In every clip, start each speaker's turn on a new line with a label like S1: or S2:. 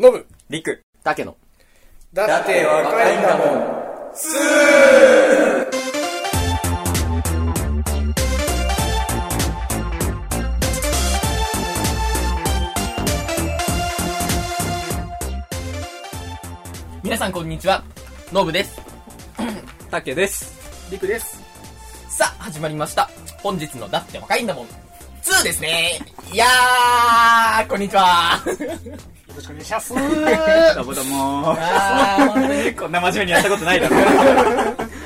S1: ノブ
S2: リク。
S3: だけの。
S1: だって若いんだもん。
S3: 皆さんこんにちは。ノブ です。
S2: タケです。
S1: リクです。
S3: さあ、始まりました。本日のだって若いんだもん。2ですね。いやー、こんにちは。
S1: よろしくお願いします。
S2: どうもどうもこんな真面目にやったことないだろ。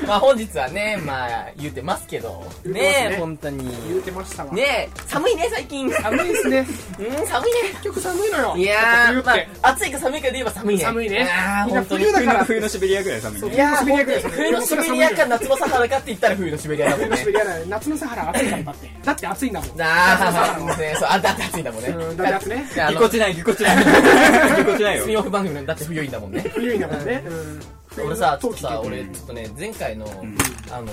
S3: まあ本日はね、まあ言うてますけど。ねえ、本当に。
S1: 言うてましたわ。
S3: ねえ、寒いね、最近。寒
S1: 寒いですね。
S3: うん、寒いね。
S1: 結局寒いのよ。
S3: いや
S1: ちょ
S3: ー、
S1: っと
S3: ま
S1: 冬って。
S3: あ、暑いか寒いかで言えば寒いね。
S1: 寒いね
S3: あー、
S1: みんな
S3: 本当に
S1: 冬。だから
S2: 冬のシベリアぐらい寒い
S1: い
S2: ね。
S1: やー、冬だけです
S3: 冬のシベリアか夏のサハラかって言ったら冬のシベリアだもん
S1: 冬の
S3: ね
S1: シベ。リアだよ夏のサハラ暑いからだって。だって暑いんだもん。
S3: あー、ね、そう、あだって暑いんだもんね。
S1: うんだって暑いね
S3: であ
S2: ぎ
S3: の
S2: こちない、ぎこちない。ぎこちない
S3: スピン
S2: よ。
S3: オフ番組のだって冬いんだもんね。
S1: 冬にだからね。うん
S3: 俺さ、ちょ
S1: 冬
S3: っと
S1: 季
S3: さ、俺、ちょっとね、前回の、あの、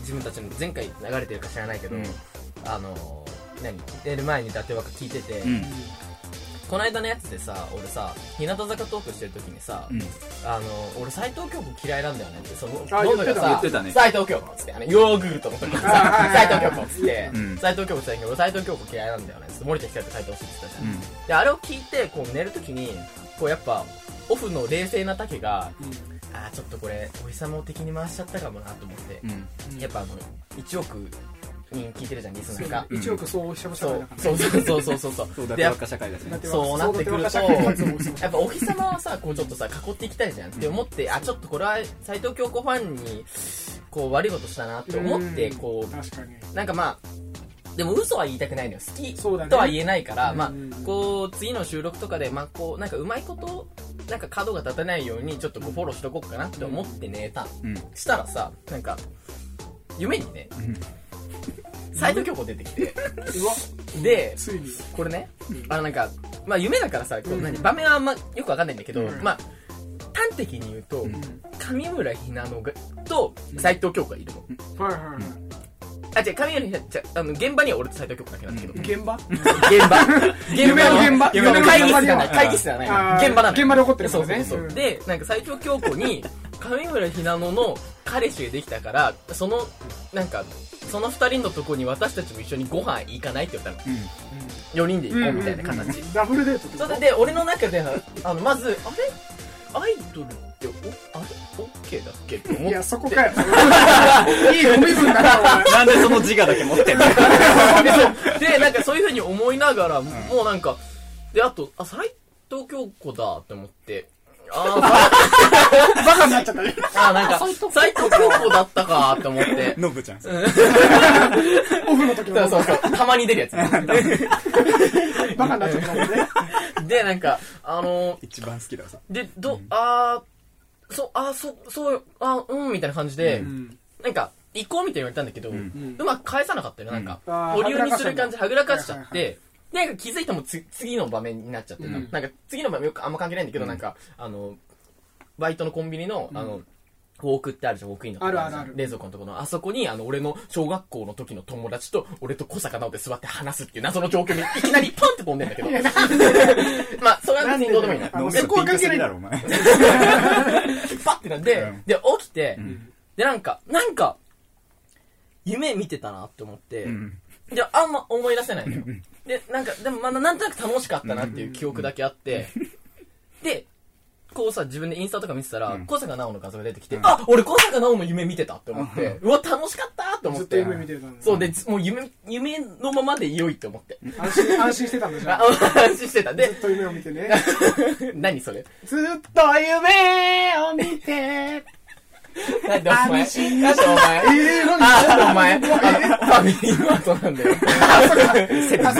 S3: 自分たちの前回流れてるか知らないけど、
S2: うん
S3: あの、何出る前にだってわか聞いてて、
S2: うん。
S3: この間のやつでさ、俺さ、日向坂トークしてる時にさ、
S2: うん
S3: あの、俺斎藤京子嫌いなんだよねって、その、
S1: あ
S3: ノブが
S2: 言
S3: さ
S2: ってたね
S3: 斎藤京子っつって、あの、ヨーグルトの時に
S1: あ
S3: さ
S1: ー、
S3: 斎藤京子っつって
S2: うん、
S3: 斎藤京子したんだけど、俺斎藤京子嫌いなんだよねっつって、森田光と斎藤氏って言ってたじゃん。
S2: うん
S3: で、あれを聞いて、こう寝る時に、こうやっぱ、オフの冷静な竹が、あーちょっとこれお日様を敵に回しちゃったかもなと思って、
S2: うん。
S3: やっぱあの1億人聞いてるじゃんリスナーが
S1: うん一億総社務所
S3: そう
S1: だから
S3: そうそうそうそうそう
S2: そうだ
S3: で
S2: って
S3: やっ
S2: 若社会だし
S1: だ
S2: ね
S1: っ。て
S3: そうなってくると
S1: そうだって若社会活動を
S3: やっぱお日様はさこうちょっとさ囲っていきたいじゃんって思ってあちょっとこれは斎藤京子ファンにこう悪いことしたなと思って
S1: うん
S3: こう
S1: 確かに。
S3: なんかまあでも嘘は言いたくないのよ好き
S1: そうだね
S3: とは言えないから、
S1: うん
S3: まあこう次の収録とかでまあこうなんかうまいことなんか角が立たないようにちょっとこうフォローしとこうかなって思って寝たの
S2: うん。
S3: したらさなんか夢にね斎藤京子出てきて
S1: うわ、
S3: で
S1: ついに。
S3: これねあのなんかまあ夢だからさこう何場面はあんまよくわかんないんだけど、
S2: うん
S3: まあ端的に言うと、
S2: ん
S3: 上村ひなのがと斎藤京子がいるの、
S1: はいはいは
S3: あ違う上村ひなじゃあの現場には俺と斎藤京子だけなんだけど、
S1: い。現場
S3: 現場現
S1: 夢の現場
S3: 夢の
S1: 夢の
S3: 会議
S1: 現場
S3: 室
S1: で
S3: じゃ
S1: は
S3: ない会議室じゃ
S1: あ
S3: ない
S1: ー
S3: 現場なの
S1: 現場で起こってるこ
S3: そう
S1: と
S3: そ
S1: ね
S3: うそう
S1: うん
S3: でなんか斎藤京子に上村ひなのの彼氏ができたからそのなんかその二人のとこに私たちも一緒にご飯行かないって言ったの4人で行こうみたいな形、
S1: うんうんうんダブルデートってこ
S3: そ
S1: と
S3: れで俺の中であのまずあれアイドルっておあれオッケーだっけって思
S1: い
S3: っ
S1: や、
S3: て
S1: そこかよ。 いいご身分だな、
S2: なんでその自我だけ持ってんの
S3: でなんかそういうふうに思いながら、もうなんかであとあ斎藤京子だって思ってあ
S1: お
S3: ー
S1: い。バカになっちゃったね。
S3: あーなんか斎藤京子だったかって思って
S2: ノブちゃん。
S1: オフの時
S3: そう
S1: の
S3: そうそうたまに出るやつ
S1: バカになっちゃったもんね。
S3: で、なんか、あの
S2: 一番好きださ。
S3: で、ど、あー、そう、あー、そう、そう、あー、うん、みたいな感じで、
S1: ん
S3: なんか、行こうみたいに言われたんだけど、うんまく返さなかったよ、なんか
S1: うんあ。ー
S3: 保留にする感じ、は
S1: は
S3: ぐ
S1: ぐ
S3: ら
S1: ら
S3: か
S1: かし
S3: しち
S1: ち
S3: ゃ
S1: ゃ
S3: っ
S1: って
S3: て、なんか気づいてもつ次の場面になっちゃってた、
S1: うん
S3: なんか次の場面よくあんま関係ないんだけど、なんか、あの、バイトのコンビニの、あの、ウォークってあるじゃん、ウォークインのとこ
S1: あるあるある
S3: 冷蔵庫のところの、あそこに、あの、俺の小学校の時の友達と、俺と小坂直で座って話すっていう謎の状況に、いきなりポンって飛んでんだけど。 まあ、それは別にどうでもいいな。
S1: あ
S2: ノ
S1: の
S2: ブちゃ
S1: そ
S2: ん
S1: こは
S2: ピン
S1: 関
S2: ク
S1: 係
S2: す
S1: な
S2: ぎ
S1: い
S2: だろ、お前。
S3: パッてなって、
S2: うん
S3: で、起きて、で、なんか、なんか、夢見てたなって思って、
S2: ん
S3: で、あんま思い出せないのよ。で、なんか、でも、まあ、なんとなく楽しかったなっていう記憶だけあって、で、こうさ、自分でインスタとか見てたら、小坂直の画像が出てきて、あ、俺小坂直の夢見てたって思って、うわ、楽しかったって思
S1: ず
S3: っ
S1: っと
S3: て、
S1: 夢見てたの
S3: そうで、もう夢、夢のままで良いって思って、
S1: 安心安心してたんだじゃ
S3: あ
S1: ん。
S3: お話ししてた。で
S1: ずっ、と夢を見てね。
S3: 何それ
S1: ずっと夢を 見て。
S3: なんでお前、なんでお前、
S1: ええのに
S3: あ、お前、あの、ファミリーマートなんだよ。セブン、あ、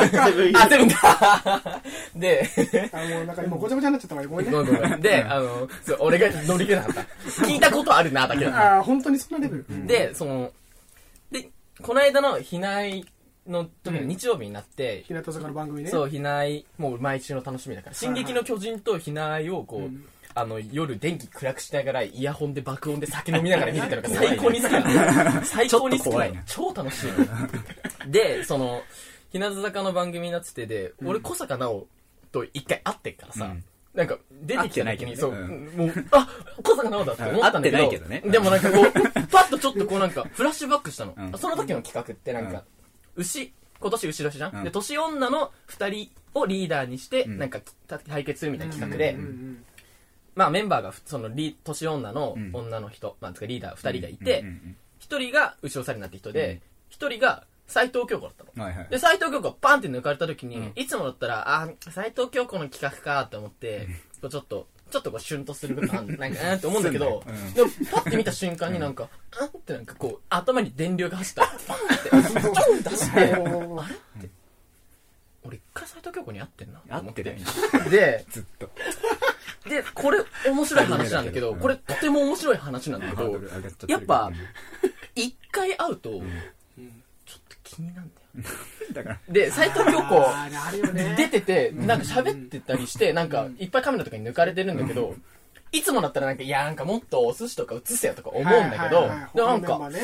S3: セブンか。で、
S1: あ、もうなんか今ごちゃごちゃになっちゃったから、ごめん
S3: ご
S1: ね。
S3: めんごめんで、あの、そう俺が乗り切れなかった。聞いたことあるな、だけだ
S1: あ、本当にそんなレベル。
S3: で、その、で、この間の避難の時の日曜日になって、
S1: 日向坂の番組ね。
S3: そう、避難、もう毎週の楽しみだから、進撃の巨人と避難をこう、あの、夜電気暗くしながら、イヤホンで爆音で酒飲みながら見てたのが最高に好きなの。最高に好きなの。超楽しいの。で、その、日向坂の番組になっててで、俺小坂直と一回会ってっからさ、なんか、出てきた
S2: 合ってない
S3: 時
S2: け
S3: に、
S2: どね
S3: そう、
S2: うん
S3: もう、あ、小坂直だって思ったんだけど。
S2: うん合ってないけどね
S3: でもなんかこう、パッとちょっとこうなんか、フラッシュバックしたの。
S2: うん
S3: その時の企画ってなんか、牛、今年牛年じゃん、
S2: うん
S3: で、年女の二人をリーダーにして、
S2: うん
S3: なんか、た対決するみたいな企画で、
S2: うん
S1: うん
S3: まあメンバーがふ、そのリ、年女の
S2: うん
S3: 女の人、まあ、つかリーダー二人がいて
S2: うんう、ん
S3: 一、人が牛尾さんになって人
S2: う
S3: で、一、人が斎藤京子だったの。
S2: うんはいはい
S3: で、斎藤京子がパンって抜かれた時に、
S2: うん
S3: いつもだったら、あ、斎藤京子の企画かって思って、こうちょっと、ちょっとこうシュンとする部分あんなんかなって思うんだけど、
S2: すんだようん
S3: でもパッて見た瞬間になんか、うんってなんかこう、頭に電流が 走った。パンって、チョン出して、あれって。俺一回斎藤京子に会ってんなて
S2: 合
S3: 思っ
S2: って
S3: て
S2: るよね
S3: で、
S2: ずっと
S3: で、これ面白い話なんだけど、
S2: うん
S3: これとても面白い話なんだけ
S2: ハード
S3: ど
S2: ル、上がっちゃってる
S3: やっぱ一回会うと、ちょっと気になるんだよ。
S2: だから
S3: で、斎藤京子、
S1: あーあるよね
S3: 出てて、なんか喋ってたりして、なんかいっぱいカメラとかに抜かれてるんだけど、いつもだったらなんか、いや、なんかもっとお寿司とか映せよとか思うんだけど
S1: はいはいはい、
S3: でもな
S1: 他のメ
S3: ん
S1: ンバ
S3: か
S1: ー、ね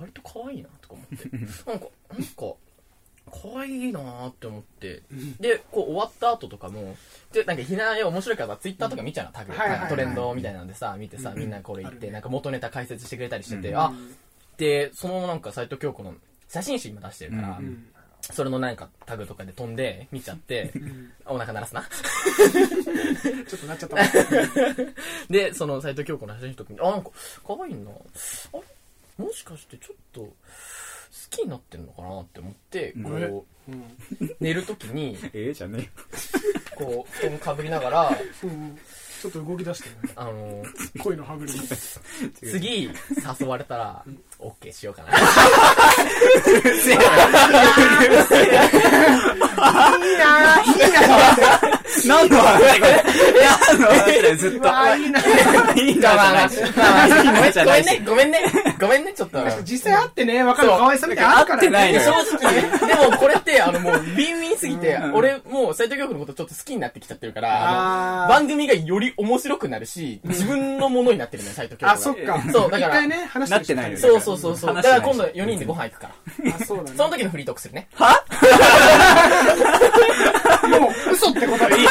S3: 割と可愛いなとか思 って、なんか、なんか、可愛いなって思って、で、こう終わった後とかも、で、なんかひなえ面白いからさ、ツイッターとか見ちゃうの、タグ、
S1: はいはいはい
S3: トレンドみたいなんでさ、見てさ、みんなこれ言っ
S1: ある
S3: て、
S1: ね
S3: なんか元ネタ解説してくれたりしてて、
S2: うん
S3: あ、で、そのなんか斎藤京子の写真集今出してるから、
S2: うん
S1: うん
S3: それのなんかタグとかで飛んで見ちゃって、お腹鳴らすな。
S1: ちょっとなっちゃっ たわ
S3: で、その斎藤京子の写真の時に、あ、なんか、可愛いな。あれもしかしてちょっと、好きになってんのかなって思って、こ
S1: うん
S3: う、寝る時に、
S2: ええじゃね
S3: こう、布団かぶりながら、
S1: うんちょっと動き出してね
S3: あの、
S1: 恋の歯車
S3: 次、誘われたら、オッケーしようかな。
S2: 何の話これ何の話だよずっ
S1: うわーいいな
S2: といいんだ じゃないいいんだじゃ
S3: ご
S2: な
S3: め
S2: い
S3: んね、ごめんね、ごめんね、ちょ っと。
S1: 実際会ってね分かる可愛さみたいなのあるからね
S2: そうだ
S3: 正直
S2: から会ってないのよ
S3: ね、でもこれって、あのもう、ビンビンすぎて
S2: う、ん
S3: 俺もう斎藤京子のことちょっと好きになってきちゃってるから、
S1: あ
S3: あ
S1: ー
S3: の番組がより面白くなるし、自分のものになってるね、斎藤京子が。
S1: あそっか
S3: そうだから
S1: 一回ね話してる
S2: なってないよね
S3: そうそうそうそう。だか
S2: 話してな
S3: ら
S2: い
S3: 今度4人でご飯行くから。
S1: あそうだね
S3: その時のフリートークす るね。
S1: もう嘘ってことでいい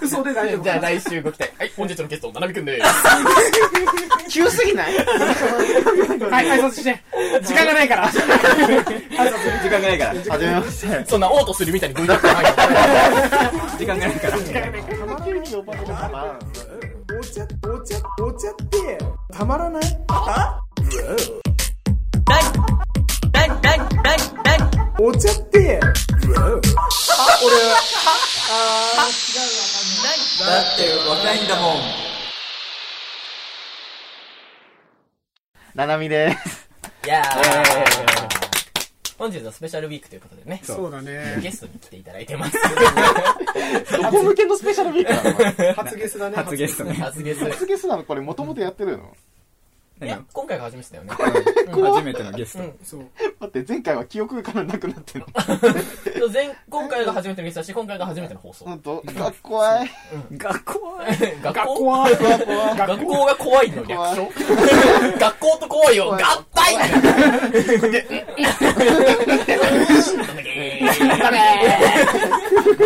S1: 嘘で大丈夫
S3: じゃあ
S1: かな
S3: 来週ご期待。はい、本日のゲスト、ななみくんです。
S1: 急すぎない はい挨拶して時間がないから
S2: 時間がないから始めましたよ
S3: そんなオートするみたいにゴミだったらないから
S2: 時間がないから
S4: お茶、お茶、お茶って、たまらないお茶って、
S2: だって若いんだもん
S5: ななみです。
S3: いやー。本日はスペシャルウィークということでね、
S1: そうだね
S3: ゲストに来ていただいて ます。
S5: どこ向けのスペシャルウィークなのこれ
S1: 初ゲスだね
S2: 初ゲストね
S3: 初ゲス
S5: 初ゲスなのこれもともとやってるの
S3: いや、今回が初めてだよね。
S2: 初めてのゲス
S3: う
S2: ト
S3: ん
S1: そう
S5: 待って、前回は記憶からなくな ってるの。
S3: そう前今回が初めてのゲストだし、今回が初めての放送
S5: ほ。んとあ、怖い。
S2: 学校
S3: 学
S1: 学
S3: 校
S1: 校は
S3: 学校が怖いの略称学校と怖いよ、合体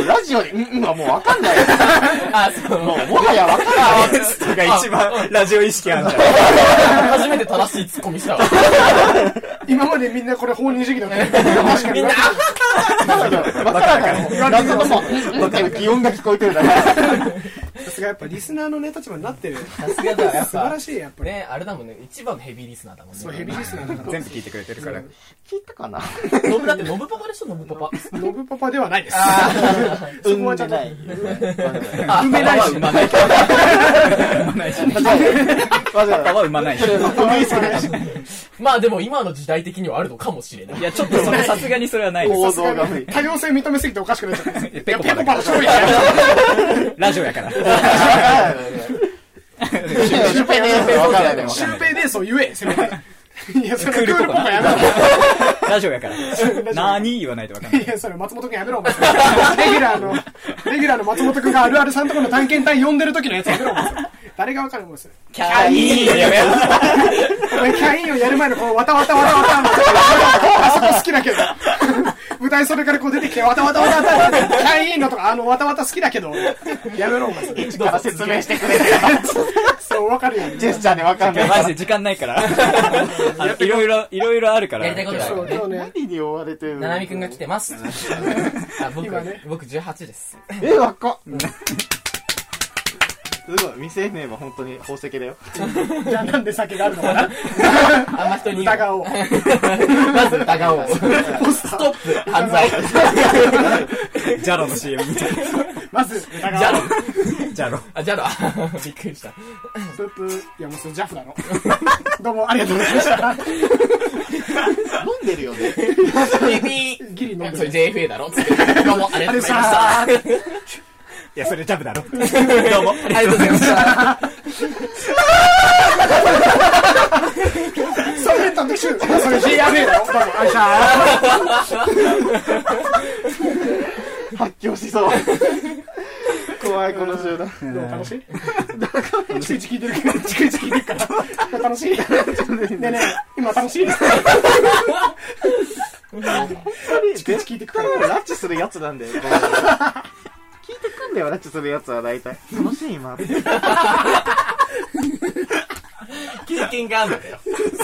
S5: ラジオで、うん、うんはもうわかんないよ。
S3: あ、そう。
S5: もうもはやわかんない。
S2: ゲストが一番ラジオ意識あんじゃん
S3: 初めて正しいツッコミしたわ。
S1: 今までみんなこれ放任主義だった 確か
S3: みん
S1: に
S3: な、
S5: わからない。謎のもう、うんうんっていう擬音が聞こえてるだけ。
S1: さすがやっぱリスナーのね立場になってる
S3: さすがだわやっぱ
S1: 素晴らしいやっぱり
S3: ね、あれだもんね、一番のヘビーリスナーだもんね。
S1: そうヘビーリスナーだから
S2: 全部聞いてくれてるから
S5: 聞いたかな
S3: ノブだってノブパパでしょ、ノブパパ。
S1: ノブパパではないです
S5: う
S1: そ
S5: ん
S1: こはちゃんと
S5: ない。
S3: 埋めないし。まあ
S2: 産まないし
S5: わざわ
S2: パ
S5: ざ
S2: は産まないし
S3: まあでも今の時代的にはあるのかもしれない
S2: い。やちょっとそれさすがにそれはないです
S5: 構造が無理。
S1: 多様性認めすぎておかしくなっちゃった
S2: ペコ
S1: ペコパ
S2: パだか
S1: の
S2: ら
S1: 勝利だよ
S2: ラジオや から
S5: シュペネーズわかんないでも。
S1: シュウペイでそう言えせめていやそれクールポコや
S2: ラジオやから何言わないとわかんな
S1: めろいやそれ松本君やめろお前レギュラーのレギュラーの松本君があるあるさんとこの探検隊呼んでる時のやつやめろお前誰がわかるもんです
S3: キャ
S2: いいいやいや
S1: 俺キャインをやる前のこのわたわたわたわたのあそこ好きだけど舞台それからこう出てきて、わたわたわたわたわたって、キャインのとか、あの、わたわた好きだけど、やめろ、お前それ。
S5: 一から説明してくれてた。
S1: そう、わかるやん。
S5: ジェスチャーでわかんないか
S2: マ
S5: ら
S2: ジで時間ない から。あのいろいろ、いろいろあるから。
S3: やりたいことがあ
S1: そ
S3: る
S1: う、そうね。
S5: 何に追われてるの
S3: ななみくんが来てます。あ僕、
S1: 今ね
S3: 僕18です。
S5: え、若っ。すごい、未成年は本当に宝石だよ。
S1: じゃあなんで酒があるのかな
S3: あんま人に言うな。
S1: 疑おう。
S3: まず疑おう。ストップ、犯罪。
S2: ジャロの CM みたい。
S1: まず、疑
S3: ジャ
S1: おう。
S3: ロ。
S2: ジャロ。
S3: あ、ジャロあ。 びっくりした。
S1: プープー。いや、もうそれジャフなの。どうもありがとうございました。
S5: 飲んでるよね。
S3: ビビー
S1: ギリ飲んでる
S3: それ JFA だろつってどうもありがとうございました。
S1: あれさ
S2: いや、それジャブだろ。 どうも。ありがとうございました。
S1: それ特集それ JRA だろどうもありがとうございました
S5: 発狂しそう。怖い、この集団。
S1: どう楽しいチクチク聞いてるけど、チクチク聞いてるから。これ楽しいねえねえ、今楽しいチクチク聞いてくか
S5: た
S1: ら。
S5: だのラッチするやつなんだよ、この人聞いてくんだよ、ラッチするやつは大体。楽しい、今。
S3: 経験があるんだよ。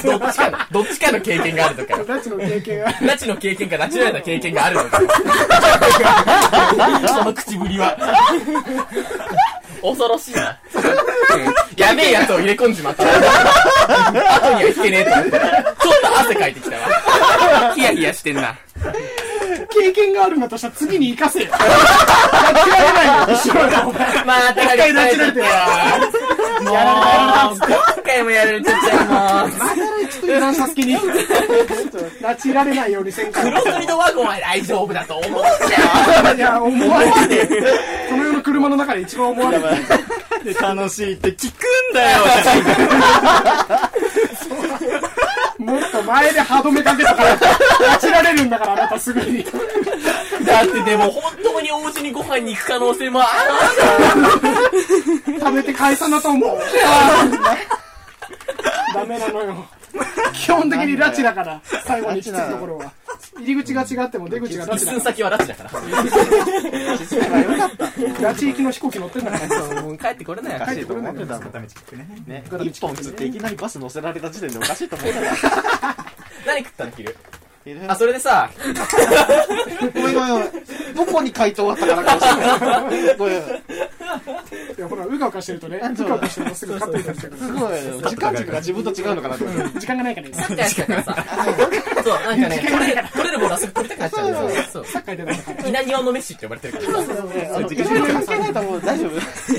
S3: どっちかの、どっちかの経験があるのかよ。
S1: ラチの経験は、
S3: 拉致の経験か拉致られた経験があるのかよ。その口ぶりは。恐ろしいな。やべえやつを入れ込んじまった。後には引けねえと思って。ちょっと汗かいてきたわ。ヒヤヒヤしてんな。
S1: 経験があるんだとしたら次に生かせよ。やってられないよ、一生が。お前
S3: また
S1: 一回拉致られてる
S3: もう、今回もやられちゃったよ、もう。
S1: 油断さす気に。拉致られないようにせんから。
S3: 黒塗りのワゴンは大丈夫だと思うんだよ。
S1: いや、思われてる。この世の車の中で一番思われてる。
S2: で楽しいって聞くんだよ。
S1: もっと前で歯止めかけたから、拉致られるんだから、あなたすぐに。
S3: だってでも本当にお家にご飯に行く可能性もある
S1: 食べて解散だと思う。ダメなのよ。基本的に拉致だから、最後にきついところは。入り口が違っても出口が拉
S3: 一
S1: 致
S3: 寸
S1: だか
S3: 先は拉致だから。
S1: ら。拉致行きの飛行機乗ってんだから。
S3: もう帰ってこれない
S5: お
S3: よ
S5: か。しいと思ってたの。
S2: 片道聞くね。
S5: ね、一本釣っていきなりバス乗せられた時点でおかしいと思って
S3: 何食ったの昼。
S5: た。
S3: あ、それでさ、
S5: ごめんごめんごめん。どこに回答あったからかもしれない。ごめん。
S1: いや、ほら、うかうかしてるとね、うかうかしてるとすぐカットになっちゃうから
S5: すごい。時間軸が自分と違うのかなと思って。
S1: 時間がないから今。
S3: さっき話したからさ、そう、なんかね、取れ取れるものはすぐ取りたくなっちゃうんだよ。そう。
S1: サッカーでないから。
S3: 稲庭のメッシって呼ばれてるから。
S5: あの、いろいろ関係ないと思う。大丈 夫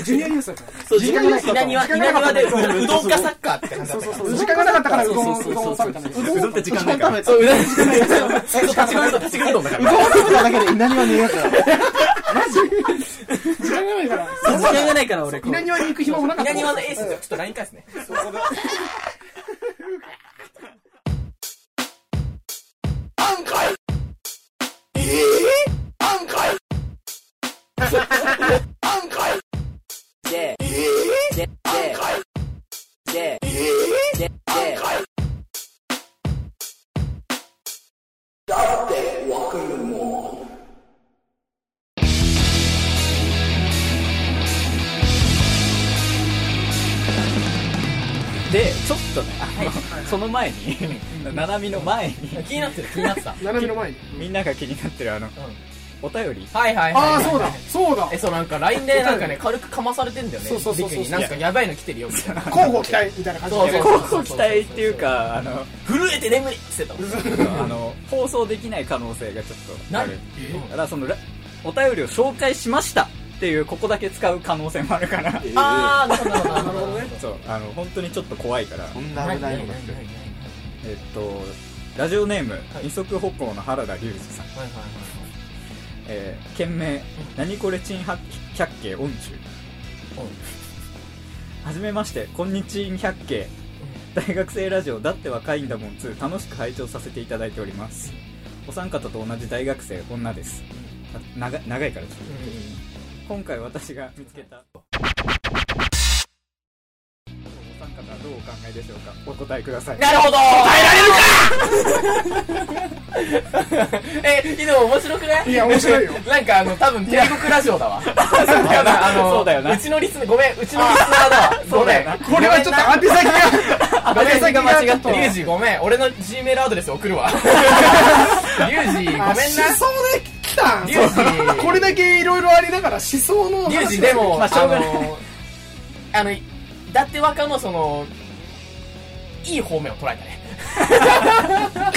S1: ジュニアユースだか
S3: そう、自分
S5: 時間がな
S3: が
S5: かった
S3: 稲庭、稲庭でうどんうどんかサッカーって感
S1: ら。
S3: じ
S1: そうそ
S3: だった
S1: う
S3: か
S1: そう。時間がなかったから、うどんを、
S3: そうう
S1: どん
S3: そう
S1: を
S3: そ
S1: 食べ
S3: う
S1: たんです
S5: うどん
S2: うどんって時間ない
S5: 食
S2: から。
S5: べ
S3: ら。そう、うどんしかないよ。そう立ち食いうどん、立ち食いうどんだか
S5: う
S3: ら。
S5: どんを食べただけで稲庭に言うから。
S1: 時間がないから。
S3: 時間がないから俺、こう
S1: 稲庭に行く暇もなかった
S3: 稲
S1: もん。
S3: 庭のエース、ちょっと LINE 返すね。
S2: で、ちょっとね、あのその前に、ななみの前に、
S3: 気になってる、気になってた。
S1: 斜めの前に。
S2: みんなが気になってるあの、お便り。
S3: はいはいはい。
S1: ああ、そうだ、そうだ
S3: え、。そうなんか LINE でなんかね、軽くかまされてんだよね。
S1: そうそうそうそう
S3: ビクになんかやばいの来てるよ、みたいな。
S1: 交互期待みたいな感じ
S3: そう
S1: で。
S2: 高校期待っていうか、あの、
S3: 震えて眠りっつってたもん。
S2: あの、放送できない可能性がちょっとあ
S3: 何
S2: る。だからその、らお便りを紹介しましたっていう、ここだけ使う可能性もあるから。
S3: あー、なるほどなるほどなるほど。
S2: そう、あの、本当にちょっと怖いから。
S5: そんな危ないの
S3: はい
S2: えっと、ラジオネーム、
S3: はい
S2: 二足歩行の原田龍二さん。
S3: はいはい。
S2: えー、件名、何これ珍百百景音中。はじめまして、こんにちは百景。大学生ラジオだって若いんだもん2楽しく拝聴させていただいておりますお三方と同じ大学生女ですあ長い長いからです今回私が見つけたお三ん方はどうお考えでしょうかお答えください
S3: なるほど答えられるか え、でも面白くない
S1: いや面白いよ。
S3: なんかあの、多分帝国ラジオだわ。そう
S2: だよな そうだよな
S3: うちのリスナー、ごめん、うちのリスナーだわ。ごめん。
S1: これはちょっと宛先が、
S3: ごめん、先が間違って
S1: ちょ
S3: る。リュウジ ごめん、俺の G メールアドレス送る わ。リュウジごめんな
S1: あ、思。想で来たん
S3: リュウジ
S1: これだけいろいろありながら思想の話
S3: リュウジでも、
S2: まあ
S3: あ
S2: しょうがない
S3: の、あの、だって若のその、いい方面を捉えたね。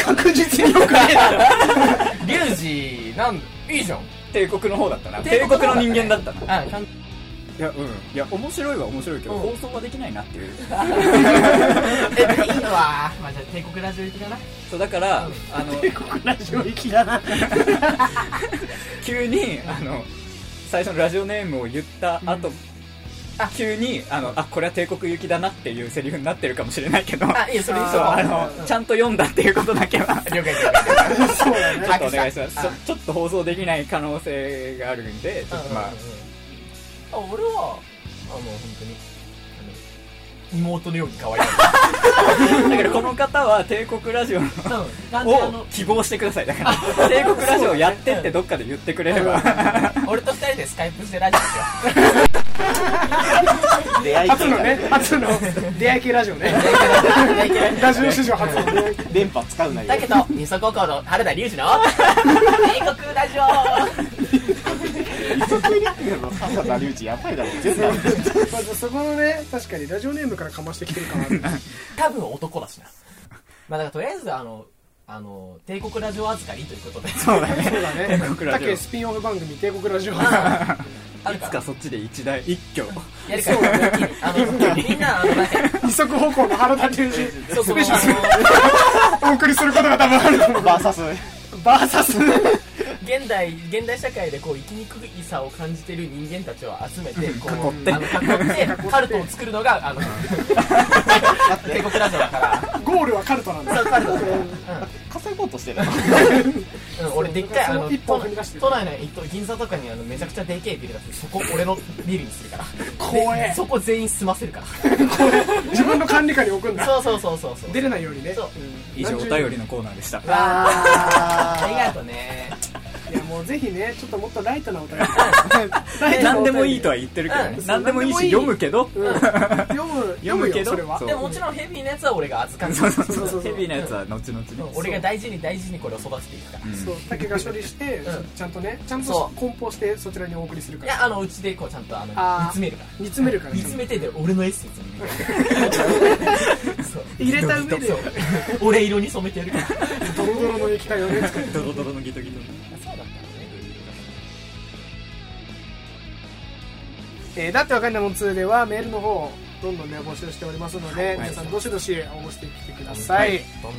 S1: 確実によくねえだろ。
S3: リュウジ、なん、いいじゃん。
S2: 帝国の方だったな帝国の人間だったな
S3: な。うん、完
S2: いやうんいや面白いは面白いけど、
S3: うん
S2: 放送はできないなっていう
S3: え、いいわ。まあじゃあ帝国ラジオ行きかな。
S2: そうだから、あ の
S5: ラジオ行きだな。
S2: 急にあの最初のラジオネームを言った後、
S3: あ
S2: 急にあのあこれは帝国行きだなっていうセリフになってるかもしれないけど
S3: あ、いいよ、それにし
S2: そう
S3: よう。
S2: あのちゃんと読んだっていうことだけは
S3: 了解了解。
S1: そうだ
S2: ち
S1: ね。
S2: ょっとお願いします
S3: あ
S2: ちょちょっと放送できない可能性があるんでちょっとまあ
S3: あ、俺は、あ、もう本当に、あの、妹のように可愛い。
S2: だからこの方は帝国ラジオのを希望してくださいだから帝国ラジオやってってどっかで言ってくれれば
S3: 俺と二人でスカイプしてラジオですよ。
S5: 出会い
S1: 初のね、初の出会い系ラジオね。ラジオ史上初の出会い系。
S5: 電波使うなよ
S3: だ。けど、二足高校の原田龍二の、帝国ラジオ
S5: 佐々木内やばい だろ。全然。
S1: まずそこのね、確かにラジオネームからかましてきてるかな。
S3: 多分男だしな。まあだからとりあえず、あの、あの、帝国ラジオ預かりということで、
S2: そうだね
S1: そうだね。
S2: 帝国ラジオ
S1: けスピンオフ番組、帝国ラジオ。
S3: あ
S2: い
S3: る
S2: つ
S3: か
S2: かそっちで一大一挙
S3: ら、やるから、一気にあ の、みんな、あの、なんか、
S1: 二足歩行の原田龍
S3: そう
S1: 二、
S3: そ
S1: ス
S3: の
S1: ペシャル
S3: あの
S1: お送りすることが多分あると思う。
S5: バーサス。
S1: バーサス。
S3: 現代現代社会でこう生きにくいさを感じてる人間たちを集めてこう
S2: 囲って
S3: あの囲ってカルトを作るのが あの帝国ラジオだから
S1: ゴールはカルトなんだ。
S3: そうカルトだから
S5: 稼ごうとしてる。
S3: うん俺でっかいあ
S1: そ
S3: の
S1: の一歩
S3: 都
S1: 踏み出してる
S3: 都内の一棟銀座とかにあのめちゃくちゃでけえビルだってそこ俺のビルにするから
S1: 怖え
S3: でそこ全員住ませるか
S1: 自分の管理下に置くん
S3: ら
S1: だ。
S3: そうそうそうそうそう
S1: 出れないようにね。
S3: そう
S2: 以上お便りのコーナーでした
S3: わあ
S5: あ
S3: ありがとうね
S1: いやもうぜひね、ちょっともっとライトなお便り。
S2: 何でもいいとは言ってるけどね
S3: うん
S2: 何でもいいし読むけど
S1: 読む、読むよ、それは。
S2: そう
S3: でももちろんヘビーなやつは俺が預かる
S2: そうそう
S1: そう
S2: そ
S1: そうう
S2: ヘビーなやつは後々ね
S3: うん俺が大事に大事にこれを育てていくから
S1: そう、竹が処理して、
S3: うん
S1: ちゃんとね、ちゃん
S3: そ
S1: と
S3: う
S1: 梱包して、そちらにお送りするか
S3: い
S1: ら。
S3: やあのうちでこうちゃんとあの煮
S1: あー
S3: 詰めるから
S1: 煮詰めるから、
S3: 煮
S1: ね、
S3: 詰めてで俺のエッセンスを
S1: 入れた上で、
S3: 俺色に染めてやるからそ
S1: ド
S3: う
S1: ロドロの液体をね、作る。
S2: ドロドロのギトギト
S3: だったね
S1: えーだってわかんないもん2では、メールの方をどんどんね、募集しておりますので、
S2: い
S1: 皆さんどしどし応募してきてください。
S3: ど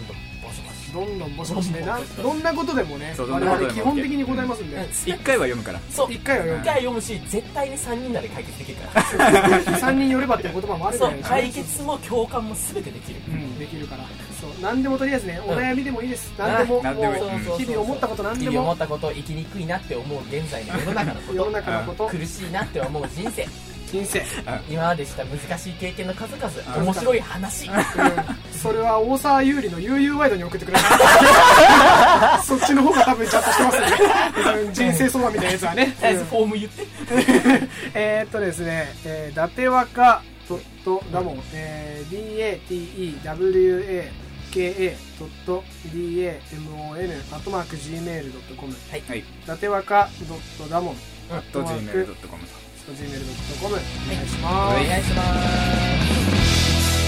S3: んどんボソボ
S1: どんどん
S3: ソ
S1: 募集してね、なんどんなことでもね、
S2: そうど
S1: 我
S2: んなことでも
S1: 々基本的に答えますんで、
S2: 一回は読むから
S3: そう
S1: 一
S3: 一
S1: 回は読む
S3: 回読むし絶対に3人なら解決できるから
S1: 3人寄ればっていう言葉もあるじゃ
S3: そ
S1: な
S3: う
S1: いですか。
S3: 解決も共感も全てできる
S1: うんできるから。そう、何でもとりあえずね、お悩みでもいいです。何で
S3: う
S1: も、
S3: ん
S2: 何でもいい
S1: もう
S2: うん
S1: 日々思ったこと何で
S3: 日々思
S1: も
S3: っ、たこと生きにくいなって思う現在の世の中のこ
S1: 世の
S3: と
S1: 中のこと、
S3: 苦しいなって思う人生
S1: 人生。
S3: 今までした難しい経験の数々面白い話
S1: うんそれは大沢優里の悠々ワイドに送ってくれた そっちの方が多分ちゃんとしてますねうん人生相談みたいなやつは ね、
S3: とりあえずフォーム言って
S1: えーっとですね、えー、伊達若ドットガモン、えー、DATEWAKA ドット DAMON アットマーク Gmail.com
S3: はい
S2: はい
S1: 伊達若ドットガモン
S2: と gmail.com
S1: Gmail.com お願いします、
S3: お願いします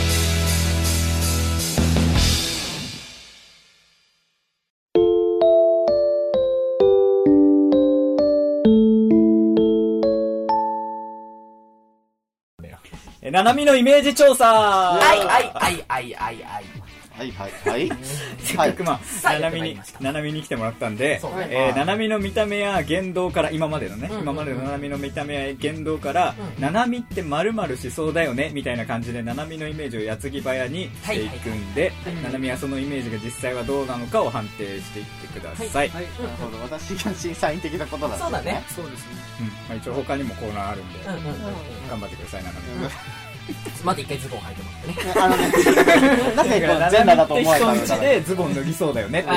S2: えななみのイメージ調査は
S3: はいはいはいはいはいはい
S5: はいはいはい。
S2: せっ
S5: は
S2: か
S5: い
S2: く。まあ
S3: さあ
S2: ななみ
S3: やってまいり
S2: に
S3: ました
S2: ななみに来てもらったんで
S3: そうね
S2: えーななみの見た目や言動から今までのね
S3: うん
S2: 今までのななみの見た目や言動から
S3: うん
S2: ななみってまるまるしそうだよねみたいな感じでななみのイメージを矢継ぎ早にしていくんで
S3: はいはい
S2: ななみはそのイメージが実際はどうなのかを判定していってください
S1: はい、
S5: なるほど。私が審査員的なことなんです
S3: そうだね。
S1: そうですね
S2: うんまあ一応他にもコーナーあるんで
S3: うんうんうん
S2: 頑張ってくださいななみ
S5: うん
S3: また一回ズボン履いてもらってね。
S5: あのね、なぜこう全裸だと思われた のか
S2: 人ん
S5: な
S2: ちでズボン脱ぎそうだよねっていう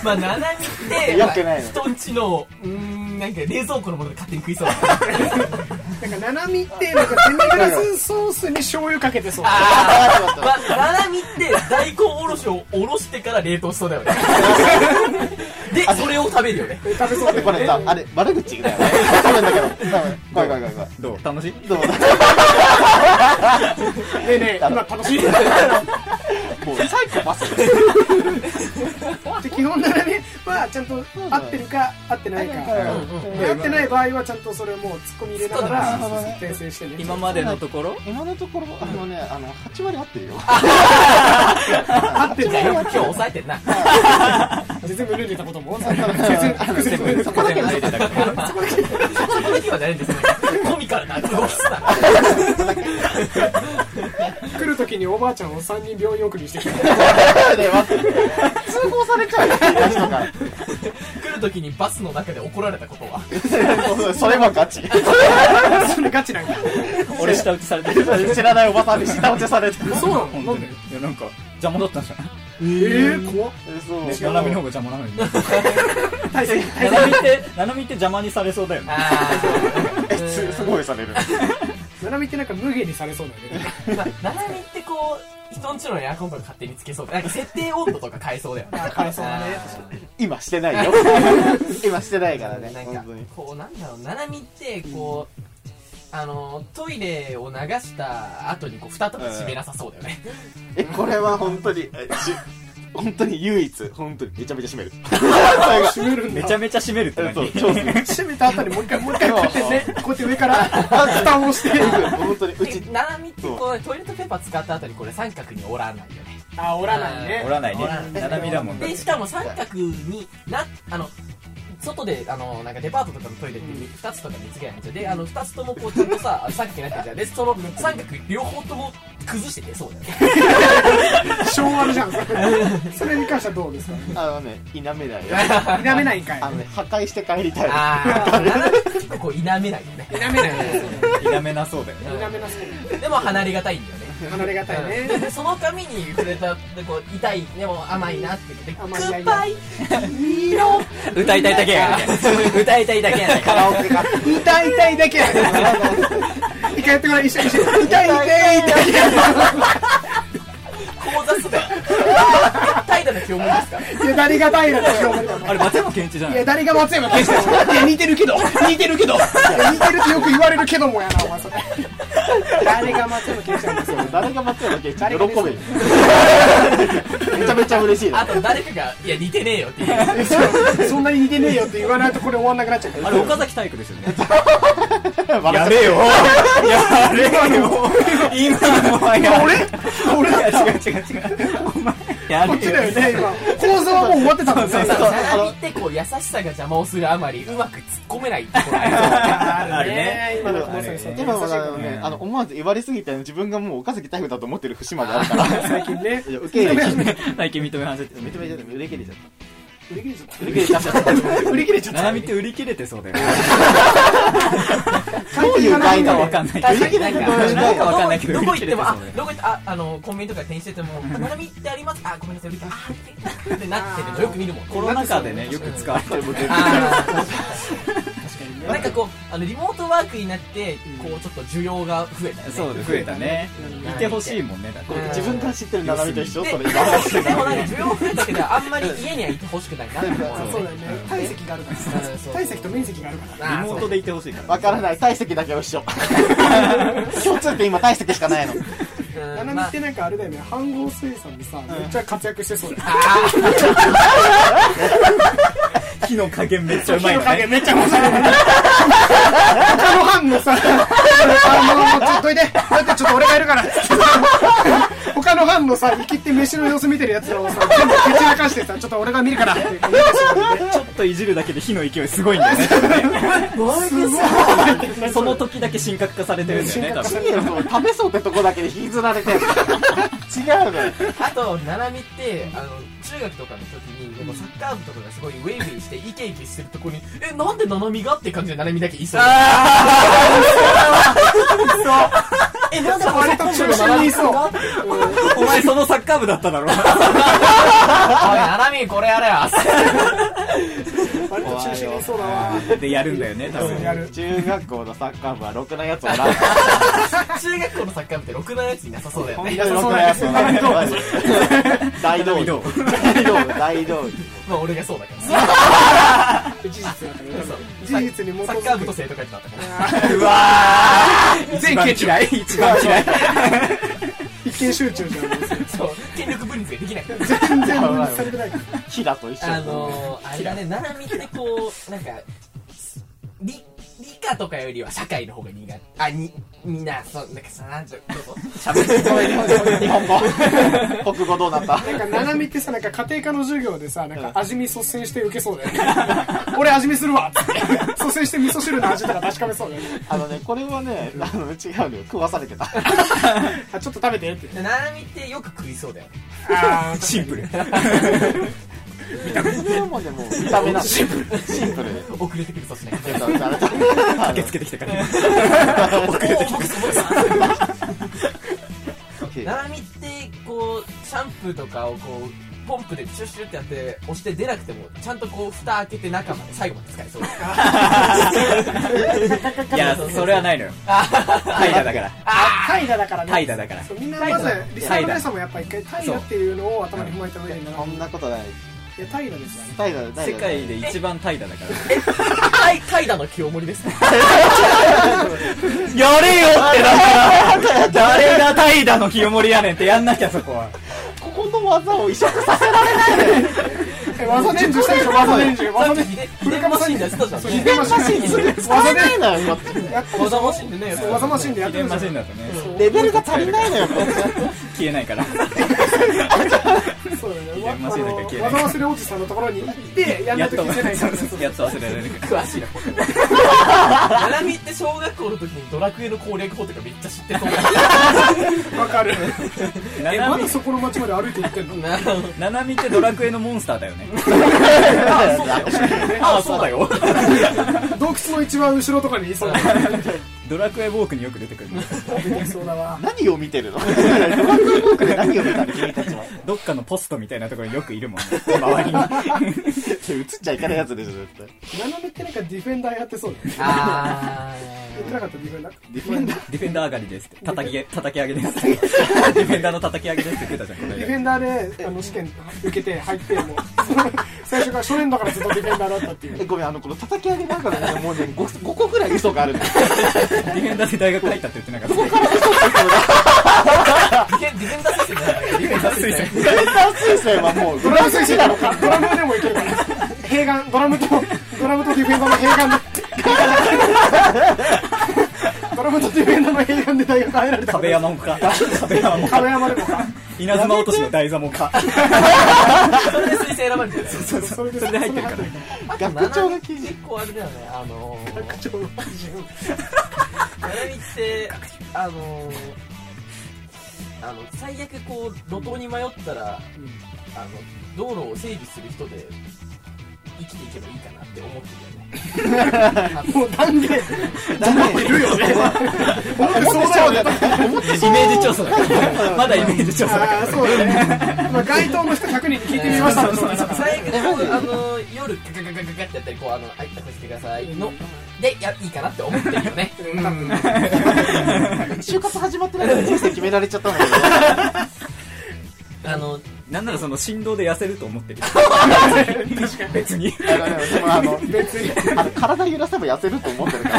S3: まあ、七人って、
S5: よくないの
S3: 人んちの、うーん、なんか冷蔵庫のもので勝手に食いそうだ。
S1: なんか、七味って、なんか、デミグラスソースに醤油かけてそう。
S3: あ ーまあ、七海って大根おろしをおろしてから冷凍しそう だよね。で、それを食べるよね。
S1: 食べそう
S5: これさ、あれ、悪口だよね。多分だけど、多分。怖い怖い怖い怖い。
S2: どう楽しい
S5: どうも
S1: ねえねえ、今楽しい。
S5: もうサイコパス
S1: で基本七味は、ちゃんと合ってるか合ってないか。で合ってない場合は、ちゃんとそれをもう突っ込み入れながら
S5: そうだね、
S1: 訂正してね。
S2: 今までのところ
S5: 今のところ、あのね、あの、8割合ってるよ。
S3: 合ってたよ。今日抑えてん な。
S1: 全部ルールたことも、全然複数
S2: 全部そこだけ脱いでたから
S3: そこだけは誰ですね。コミカルな動きさ。
S1: 来るときにおばあちゃんを三人病院送りしてきた。
S5: で、待って。通報されちゃうよ、私とか。
S3: 来るときにバスの中で怒られたことは。
S5: それはガチ。
S1: それガチなんか。
S2: 俺下打ちされてる
S5: 知らないおばさんに下打ちされてる。
S1: そうな
S2: 本
S1: の
S2: 当にいやなんか邪魔だったんじゃない
S1: ええ、怖っ。
S5: そ う。
S2: 七海の方が邪魔なのに
S1: 大勢。
S2: 七海って七海って邪魔にされそうだよね
S3: あ
S5: えすすごいされる。
S1: 七味ってなんか無限にされそうだよね。
S3: あ。まあ、七海ってこう、人んちのエアコンとか勝手につけそうだ。なんか設定温度とか変えそうだよね。
S1: 変えそうだね。
S5: 今してないよ。今してないからね。
S3: なん
S5: 本
S3: か
S5: 当に。
S3: こうなんだろうななみってこう、あのトイレを流した後にこう蓋とか閉めなさそうだよね、
S5: え、これは本当に、えし本当に唯一、本当にめちゃめちゃ 閉める。それが
S2: めちゃめちゃ締めるって
S5: えそう
S2: 何、
S5: 超する。
S1: 閉めた後にもう一回、もう一回こうやってね、こうやって上から蓋を押して。
S5: 本当に、うち、
S3: で ななみってこうトイレットペーパー使った後にこれ三角に折らないよね
S1: あ、折らない
S2: 折
S1: ね。
S2: らないね七海だもんだっ
S3: で
S2: て
S3: しかも三角になあの外であのなんかデパートとかのトイレって2つとか見つけないんですよであの2つともこうちゃんとさ 三角になってるじゃんでその三角両方とも崩しててそうだよね
S1: 昭和じゃん。それそれに関してはどうです か
S5: あのね、否めないよ。
S1: 否めないんかい。
S5: あのね、破壊して帰りたい。
S3: ああななみって結構こう否めないよね
S1: 否めない。
S2: 否めなそうだよね
S1: 否めなそう。
S3: でも離れがたいんだよね
S1: 離れがたいね。
S3: その髪に触れたでこう痛いでも甘いなって言って
S1: 甘い
S3: 「くぱい黄色
S2: 歌いたいだ けやないか歌いたいだけやないか
S5: カラオケが。
S1: 痛い痛いだけや。一回やってごらん、一緒一緒。痛い痛い痛い。
S3: こ座すだよ」怠惰な気思いですから
S1: いや、誰が平だって思った
S2: あれ松山ケンイチじゃ
S1: い
S2: な
S1: や、
S2: い
S1: 誰が松山健一だいや、似てるけど。似てるけど。いや似てるってよく言われるけどもやな、お前それ。誰が松山健一なんですよ。
S5: 誰が松山ケンイチ喜べ
S1: 誰がね
S5: る。めちゃめちゃ嬉しいな
S3: あと誰かが「いや似てねえよ」って言う
S1: そうそんなに似てねえよって言わないとこれ終わんなくなっちゃうから
S2: あれ岡崎体育ですよ ね
S5: 笑っ
S2: べえよ やべえよ今のはや俺俺違う違う違うお前や
S1: こっちだ
S2: べえ
S1: よ
S2: よ
S1: ね、今。構造はもう終わってたもんね。
S2: そうそうそう
S3: 並みってこう優しさが邪魔をするあまりうまく突っ込めないところありそう
S2: あるね
S1: 今のまさにそう。
S5: 今はあのね、あの、思わず言われすぎて、自分がもう岡崎体育だと思ってる節まであるから。
S1: 最近ね。
S5: いや、受け入れちゃった。
S2: 最近認め反省って
S5: 認めちゃった。受け入れちゃっ。
S1: 売り切れちゃった
S5: 受け入れちゃった。
S1: た。 売り切れちゃった。
S2: 七海って売り切れてそうだよね
S5: どういう概念
S2: わかんない
S3: 確か
S2: け
S3: にな
S2: ど
S3: んか
S2: なんかわかんないけど
S3: どこ行っ
S2: 売り切れ
S3: て
S2: て
S3: も
S2: そ
S3: あ
S2: うだよ
S3: どこ行ってああのコンビニとか店員してても「ななみってありますあごめんなさい売り切れあーってなってるのよく見るもん
S2: コロナ禍でねよく使われてる
S3: あー
S1: 確かにね。
S3: なんかこうあのリモートワークになってこうちょっと需要が増えたよね
S2: そうだ増えたねいてほしいもんねだって
S3: うん
S5: 自分から知ってる七海と一緒
S3: で
S5: それ
S3: で
S5: 今話してる
S3: もなんか需要増えたけどあんまり家にはいてほしくないなって
S1: あ
S3: 思
S1: そうう
S3: ね
S1: だよね。体積があるから
S3: うんそうそう
S1: 体積と面積があるから。
S3: あ
S2: リ
S3: ーそ
S2: モ
S3: う
S2: ートでいてほしいから
S5: わからない。体積だけは一緒。 共通点今体積しかないの。
S3: うん
S1: ナナミってなんかあれだよね、飯合生産でさ、めっちゃ活躍して そうだよ。
S2: 火の加減めっちゃうまいの
S1: 火の加
S2: ね
S1: 減めっちゃ面白いね。他の班もさ、あの、ちょっとどいて、だってちょっと俺がいるから。 他の班のさ、生きって飯の様子見てるやつらをさ、全部蹴散らかしてさ、ちょっと俺が見る からって。
S2: ちょっといじるだけで火の勢いすごいんだよね その時だけ神格化されてるんだよね多分
S5: いやもう食べそうってとこだけで引きずられてる。違うのよ。
S3: あとななみってあの中学とかの時になんかサッカー部とかがすごいウェイウェイしてイケイケしてるとこにえなんでななみがって感じでななみだけいそう
S1: そう。
S3: え、なんで
S1: 割と中心にいそう。
S2: お前そのサッカー部だっただろ
S3: おい、ななみ、これやれよ。
S1: 割と中心にいそうだわ。
S2: でやるんだよね多分
S1: やる。
S5: 中学校のサッカー部はろくなやつおらん。
S3: 中学校のサッカー部ってろくなやついなさそうだよ
S5: 本
S3: ね。
S5: 当にろくなやつおらん。大道
S2: 大道
S5: 具。大道具、大道
S3: まあ、俺がそうだけど。そう
S1: 事実だったね。
S3: サ
S1: 事
S3: ッ
S1: 実に基
S3: サ
S1: づ
S3: ッ
S1: く。
S3: カー部と生徒会長だったから。
S2: うわー一番嫌い一番嫌 い
S1: 一見集中じゃ ん。
S3: そう、権力分立ができない。
S1: 全然分離されてない。
S5: 具。キラと一緒。
S3: あの ー、あれだね、ななみってこう、なんか、理、理科とかよりは社会の方が苦手。あ、に、みんな、そう、なんかさ、なんちょ、どう ぞ。喋ってごめんね、
S5: 日本語。 国語どうなった
S1: なんか、ななみってさ、なんか家庭科の授業でさ、なんか味見率先して受けそうだよ ね。俺味見するわっつって率先して味噌汁の味とか確かめそうだよね。
S5: あのね、これはね、あの、違うのよ。食わされ てた。
S1: あ、ちょっと食べてって。
S3: ななみってよく食いそうだよ。
S1: あ
S2: シンプル
S5: それはもうね、もう見た目なの。シンプル。シンプルで。
S3: 遅れてく る、そうしない。
S5: 出た出た出
S2: 駆け
S5: た
S2: つけてきたから
S3: 遅れてき た。ななみって、こう、シャンプーとかをこう、ポンプでシュッシュってやって、押して出なくても、ちゃんとこう、蓋開けて中まで、最後まで使 えそう。
S2: いやそれはないのよ怠惰だから
S1: あ、タイだだからね。
S2: 怠惰だから
S1: そうみんなまずリスナーの皆さんもやっぱ一回タイだっていうのを頭に踏まえた上にな
S5: そんなことない。
S1: いやタイだですわね
S5: 大道大
S2: 世
S5: 道。
S2: 界で一番怠惰だか
S3: タイ、タイダの清盛ですね。
S2: らやれよってだから誰が怠惰の清盛やねんってやんなきゃそこは
S5: ここの技を移植させられない。
S1: え技伝授したでしょ技伝授技伝
S3: で
S1: 授、
S3: フレカマシンだ、そうじゃん。
S1: 秘伝マシン
S5: 使えないのよ、こっち
S1: やってる
S3: わざマシンでね、
S1: 技マシンでや
S2: 秘
S1: ってる
S2: 伝
S1: じゃ
S2: マ
S1: ん
S2: シンだとね
S5: レベルが足りないのよ、こっち
S2: 消えないから
S1: そうだよね
S2: 秘伝マシンだけは消えない
S1: 技マシンでおじさんのところに行ってやんな
S2: やっ
S1: き
S2: と
S1: ゃ消せないからね
S2: やっと忘れられるから
S3: 詳しいな。ななみって小学校の時にドラクエの攻略法とかめっちゃ知ってそう
S1: わかるえ
S2: なな
S1: ま
S2: み
S1: だそこの街まで歩いて行ってんの
S3: だな。
S2: ななみってドラクエのモンスターだよねああそうだよ
S1: 洞窟の一番後ろとかにいそうだ
S2: ドラクエウォークによく出てくるんだよ
S1: いそうだわ
S5: 何を見てるのドラクエウォークで何を見たの君たちは。
S2: どっかのポストみたいなところによくいるもん ね周りに
S5: 映っちゃいかないやつでしょ、絶対。
S1: 斜めってなんかディフェンダーやってそうだよね
S3: あ
S1: やってなかったディフェンダー
S5: ディフェンダー
S2: ディフェンダー上がりですって叩きげ叩き上げですってディフェンダーの叩き上げですって言ってたじ ゃんこの
S1: ディ
S2: 間
S1: フェンダーであの試験受けて入ってもう 最初から初年度からずっとディフェンダーだったっていう
S5: えごめん、あの、この叩き上げなんかね、もうね、5, 5個ぐらい嘘があるのよ。
S2: ディフェンダーで大学入ったって言ってなかった
S3: あ。ディフェンディフェンダーですよね。
S2: ディフェンダー推薦
S5: ディフェンダー推薦はもう、
S1: ドラム選手なのかドラムでもいけるから併願ドラムとドラムとディフェンダーの併願だドラムとディフェンダーの併願で大学入られた
S2: 壁山もか壁山も
S1: 壁
S2: か
S1: 山でもか
S2: 稲妻落としの台座もか
S3: それで推薦選ばれてる。
S2: そうそうそれで入ってるから
S3: あと
S5: 学長が
S3: 七海結構あれだよね、あのー、
S1: ちょ
S3: ななみって、あのー、あの、最悪こう、路頭に迷ったら、あの、道路を整備する人で、生きていけばいいかなって思ってるよね。
S1: もう断言
S5: ダメ。いるよね。思ってそうだよね。
S2: イメージ調査だからまだイメージ調査だか
S1: ああ
S2: ら
S1: そうだね、まあ、街頭の人100人に聞いてみました
S3: そうそうそう最悪こうあの夜ガガガガガってやったりこうあのはい託してくださいのでいやいいかなって思ってるよね
S5: 就活始まってないのに人生決められちゃったんだけど。
S3: あの
S2: なんならその振動で痩せると思ってる別に
S5: だからね、でもあの、
S1: 別に
S5: あの体揺らせば痩せると思ってるか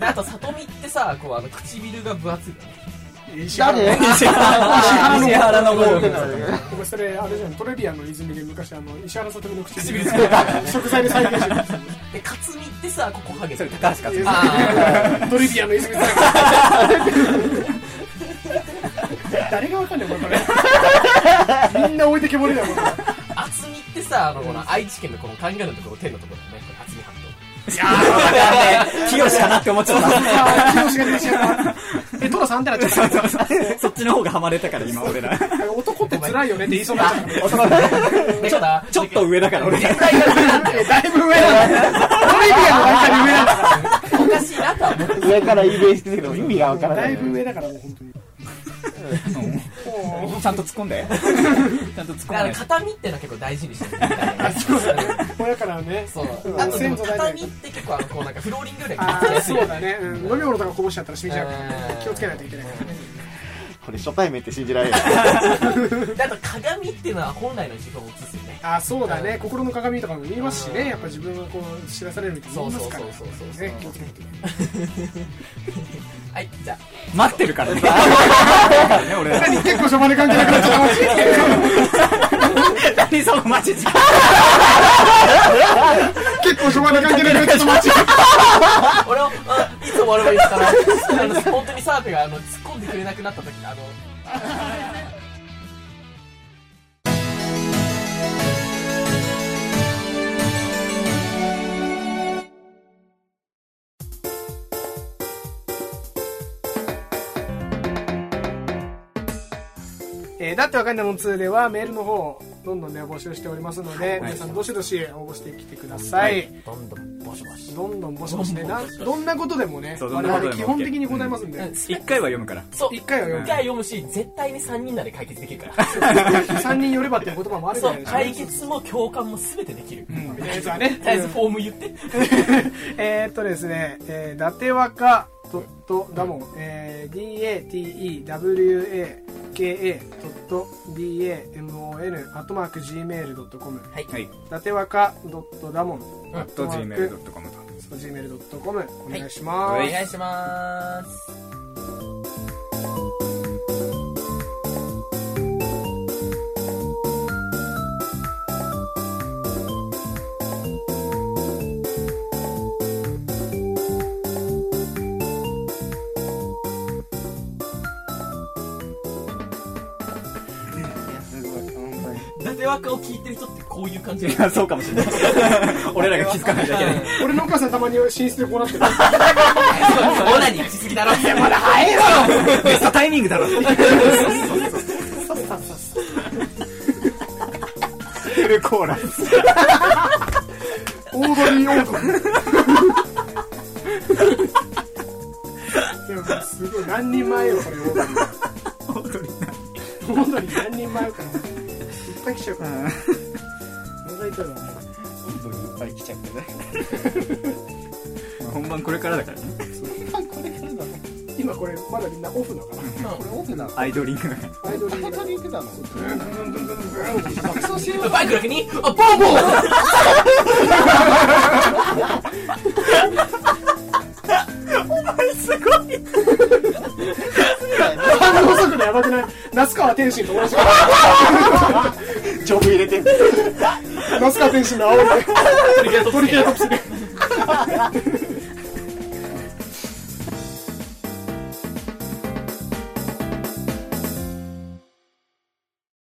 S5: ら。
S3: あと里見ってさこうあの唇が分厚いよね
S5: 誰
S2: 石原の石原のゴ
S1: お前それあれじゃんトレビアンの泉で昔あの石原さとみの唇
S3: 唇
S1: 食材で再現してる
S3: で克実ってさここハゲ
S2: そ
S3: て
S2: れ
S3: る
S2: 高橋克実
S3: あ
S1: トリビアの泉さん。誰がわかんないもんこれ。みんな置いてけぼりだもん。こ
S3: あ厚みってさあのこの愛知県のこのカンガルーのところ天のところだよねこれ厚み半島
S2: 清しかなって思っちゃっ
S1: れあー、清が出ちゃった。え、トラさんってなっちゃった。
S2: たそっちの方がハマれたから今俺ら
S1: 男って辛いよねって言いそうに なっちゃった。
S3: だから
S2: ちょっと上だから俺ら
S1: えだいぶ上なんだ。トリビアの中に上なんだ。
S3: おかしいなとは思ってる
S5: 上からイメージしてるけど意味がわからな
S1: だ
S5: い
S1: いぶ上だからもう本当に
S2: ちゃんと突っ込んで ちゃんと突っ込
S3: あ
S2: ん
S3: の
S2: で
S3: 形見ってのは結構大事にしてる。
S1: 親からね
S3: そ
S1: ん
S3: う。あとでも
S1: 先祖代々
S3: 形見って結構あのこうなんかフローリングより
S1: あ
S3: は
S1: あ
S3: やすい
S1: そうだね、うん、飲み物とかこぼしちゃったら染みちゃうから
S3: うん
S1: 気をつけないといけないからね
S5: これ初対面って信じられ ない
S3: であと鏡っていうのは本来の自分を映すよね。
S1: あーそうだね、心の鏡とかも見えますしね、やっぱ自分がこう知らされるみたいな
S3: そう
S1: 見え
S3: そ
S1: ま
S3: うそ
S1: すから
S3: うそうそうそう
S1: ね。気をつけないといけない
S3: はい、じゃあ。
S2: 待ってるから ね
S1: 何結構しょまね関係なくなっちゃった
S2: 何そのマジ時間
S1: 結構しょまね関係なくなっちゃった
S3: 俺を、あいつ終わればいいですから、あの、本当に澤部が、あの、突っ込んでくれなくなった時、あの、
S1: えーだってわかんないもん2ではメールの方をどんどんね募集しておりますので、
S2: い
S1: 皆さんどしどし応募してきてください、
S3: どんどんボシボシ。
S1: どんどん募集してなどんなことでもね
S2: そうどん
S1: 我
S2: なことでも
S1: 々基本的に答えますんで、
S2: 一回は読むから
S3: そう。
S1: 一回は読む
S3: 一回読むし、絶対に3人なら解決できるから。
S1: 3人寄ればっていう言葉もあるじ
S3: そ
S1: ゃな
S3: う
S1: い、ですか
S3: 解決も共感も全てできる。
S1: とりあえずはね
S3: とりあえずフォーム言って。
S1: えーっとですね、えー、伊達若ドットダモン、えー、datewaka.damon アットマーク gmail.com
S3: はい。
S2: はい
S1: 伊達若ドットダモン
S3: うん
S2: と gmail.com と
S1: gmail.com お願いし
S3: お
S1: ます、
S3: 願いします。
S5: すごい本当に
S3: 伊達枠を聞いてる人ってこういう 感じ
S2: いや そうかもしれない 俺らが気づかないだけで
S1: 俺のお母さんたまに寝室でこうなってる
S3: オナニーしすぎだろ。まだ早いよ
S2: ベストタイミングだろ
S5: フルコーラス
S1: オードリーオードリーでもすごい何人前よこれオードリーオードリー何人前よからいっぱい来ちゃうからお腹痛いわ
S5: 本当にいっぱい来ちゃってね
S2: 本番これからだからね
S1: これからだね今これまだみんなオフだからこれオフだ
S2: アイドリングがね
S1: アイドリーだ
S5: 何言ってたの
S1: 爆走しよ
S3: バイクだけに、あ、ボーボー
S1: う反応速度やばくない那須川天心と同じから
S5: ジョブ入れてんの
S1: 那須川天心の青い
S3: トリケラトプス。